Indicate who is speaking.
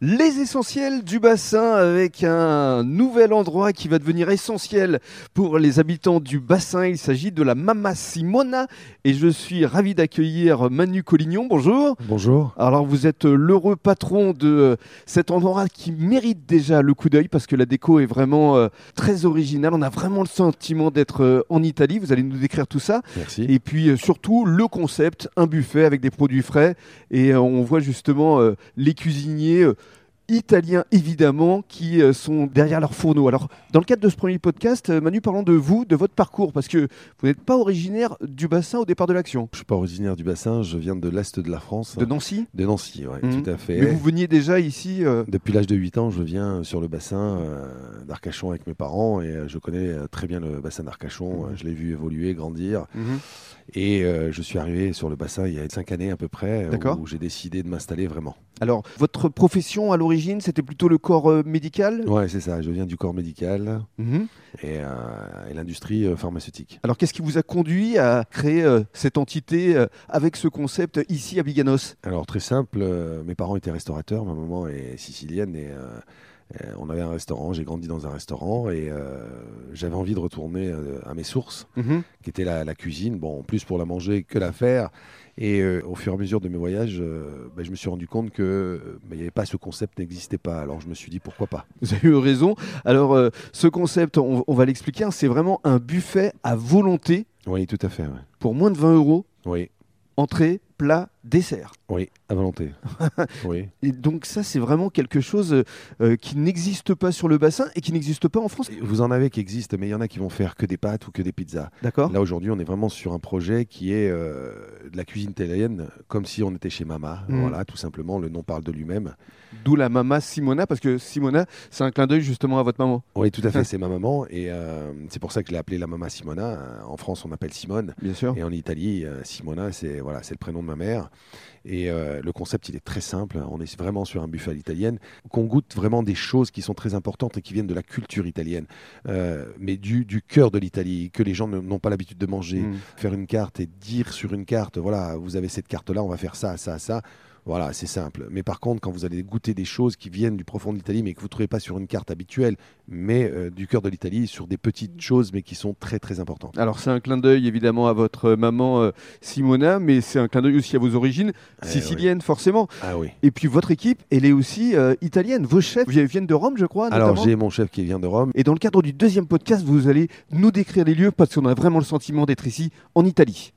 Speaker 1: Les essentiels du bassin avec un nouvel endroit qui va devenir essentiel pour les habitants du bassin. Il s'agit de la Mama Simona et je suis ravi d'accueillir Manu Collignon. Bonjour.
Speaker 2: Bonjour.
Speaker 1: Alors vous êtes l'heureux patron de cet endroit qui mérite déjà le coup d'œil parce que la déco est vraiment euh, très originale. On a vraiment le sentiment d'être euh, en Italie. Vous allez nous décrire tout ça.
Speaker 2: Merci.
Speaker 1: Et puis euh, surtout le concept, un buffet avec des produits frais. Et euh, on voit justement euh, les cuisiniers euh, italiens, évidemment, qui euh, sont derrière leur fourneau. Alors, dans le cadre de ce premier podcast, euh, Manu, parlons de vous, de votre parcours, parce que vous n'êtes pas originaire du bassin au départ de l'action,
Speaker 2: Je suis pas originaire du bassin, je viens de l'est de la France,
Speaker 1: de Nancy.
Speaker 2: de Nancy, Eh ouais,
Speaker 1: Mhm.
Speaker 2: tout à fait.
Speaker 1: Mais vous veniez déjà ici. euh,
Speaker 2: Depuis l'âge de 8 ans, je viens sur le bassin euh, d'Arcachon avec mes parents et euh, je connais euh, très bien le bassin d'Arcachon. euh,
Speaker 1: Mhm.
Speaker 2: Je l'ai vu évoluer, grandir et euh, je suis arrivé sur le bassin il y a 5 années à peu près euh,
Speaker 1: D'accord.
Speaker 2: où j'ai décidé de m'installer vraiment.
Speaker 1: Alors, votre profession à l'origine, c'était plutôt le corps euh, médical
Speaker 2: Ouais, c'est ça, je viens du corps médical
Speaker 1: Mhm.
Speaker 2: et, euh, et l'industrie euh, pharmaceutique.
Speaker 1: Alors, qu'est-ce qui vous a conduit à créer euh, cette entité euh, avec ce concept ici à Biganos
Speaker 2: Alors très simple, euh, mes parents étaient restaurateurs, ma maman est sicilienne et euh, euh, on avait un restaurant, j'ai grandi dans un restaurant et euh, j'avais envie de retourner euh, à mes sources, qui était la, la cuisine, bon, plus pour la manger que la faire. Et euh, au fur et à mesure de mes voyages, euh, bah, je me suis rendu compte que euh, bah, il y avait pas ce concept n'existait pas, alors je me suis dit pourquoi pas.
Speaker 1: Vous avez eu raison. Alors, euh, ce concept, on, on va l'expliquer, hein, c'est vraiment un buffet à volonté
Speaker 2: Oui, tout à fait, ouais.
Speaker 1: pour moins de 20 euros,
Speaker 2: oui.
Speaker 1: entrée, plat, dessert.
Speaker 2: Oui, à volonté. oui.
Speaker 1: Et donc ça, c'est vraiment quelque chose euh, euh, qui n'existe pas sur le bassin et qui n'existe pas en France.
Speaker 2: Et Vous en avez qui existent, mais il y en a qui vont faire que des pâtes ou que des pizzas.
Speaker 1: D'accord
Speaker 2: Là aujourd'hui, on est vraiment sur un projet qui est euh, de la cuisine italienne, comme si on était chez Mama.
Speaker 1: Mhm.
Speaker 2: Voilà, tout simplement, le nom parle de lui-même.
Speaker 1: D'où la mama Simona, parce que Simona, c'est un clin d'œil justement à votre maman.
Speaker 2: Oui, tout à fait, c'est ma maman, et euh, c'est pour ça que je l'ai appelée la Mama Simona. Euh, En France, on appelle Simone,
Speaker 1: Bien sûr.
Speaker 2: et en Italie, euh, Simona, c'est voilà, c'est le prénom de ma mère. Et euh, le concept, il est très simple. On est vraiment sur un buffet à l'italienne, qu'on goûte vraiment des choses qui sont très importantes et qui viennent de la culture italienne, euh, mais du, du cœur de l'Italie, que les gens ne- n'ont pas l'habitude de manger. faire une carte et dire sur une carte, voilà, vous avez cette carte-là, on va faire ça, ça, ça. Voilà, c'est simple. Mais par contre, quand vous allez goûter des choses qui viennent du profond de l'Italie, mais que vous ne trouvez pas sur une carte habituelle, mais euh, du cœur de l'Italie, sur des petites choses, mais qui sont très, très importantes.
Speaker 1: Alors c'est un clin d'œil évidemment à votre euh, maman euh, Simona, mais c'est un clin d'œil aussi à vos origines
Speaker 2: Eh
Speaker 1: siciliennes forcément.
Speaker 2: oui. Ah oui.
Speaker 1: Et puis votre équipe, elle est aussi euh, italienne. Vos chefs vi- viennent de Rome, je crois.
Speaker 2: Alors,
Speaker 1: notamment.
Speaker 2: j'ai mon chef qui vient de Rome.
Speaker 1: Et dans le cadre du deuxième podcast, vous allez nous décrire les lieux parce qu'on a vraiment le sentiment d'être ici en Italie.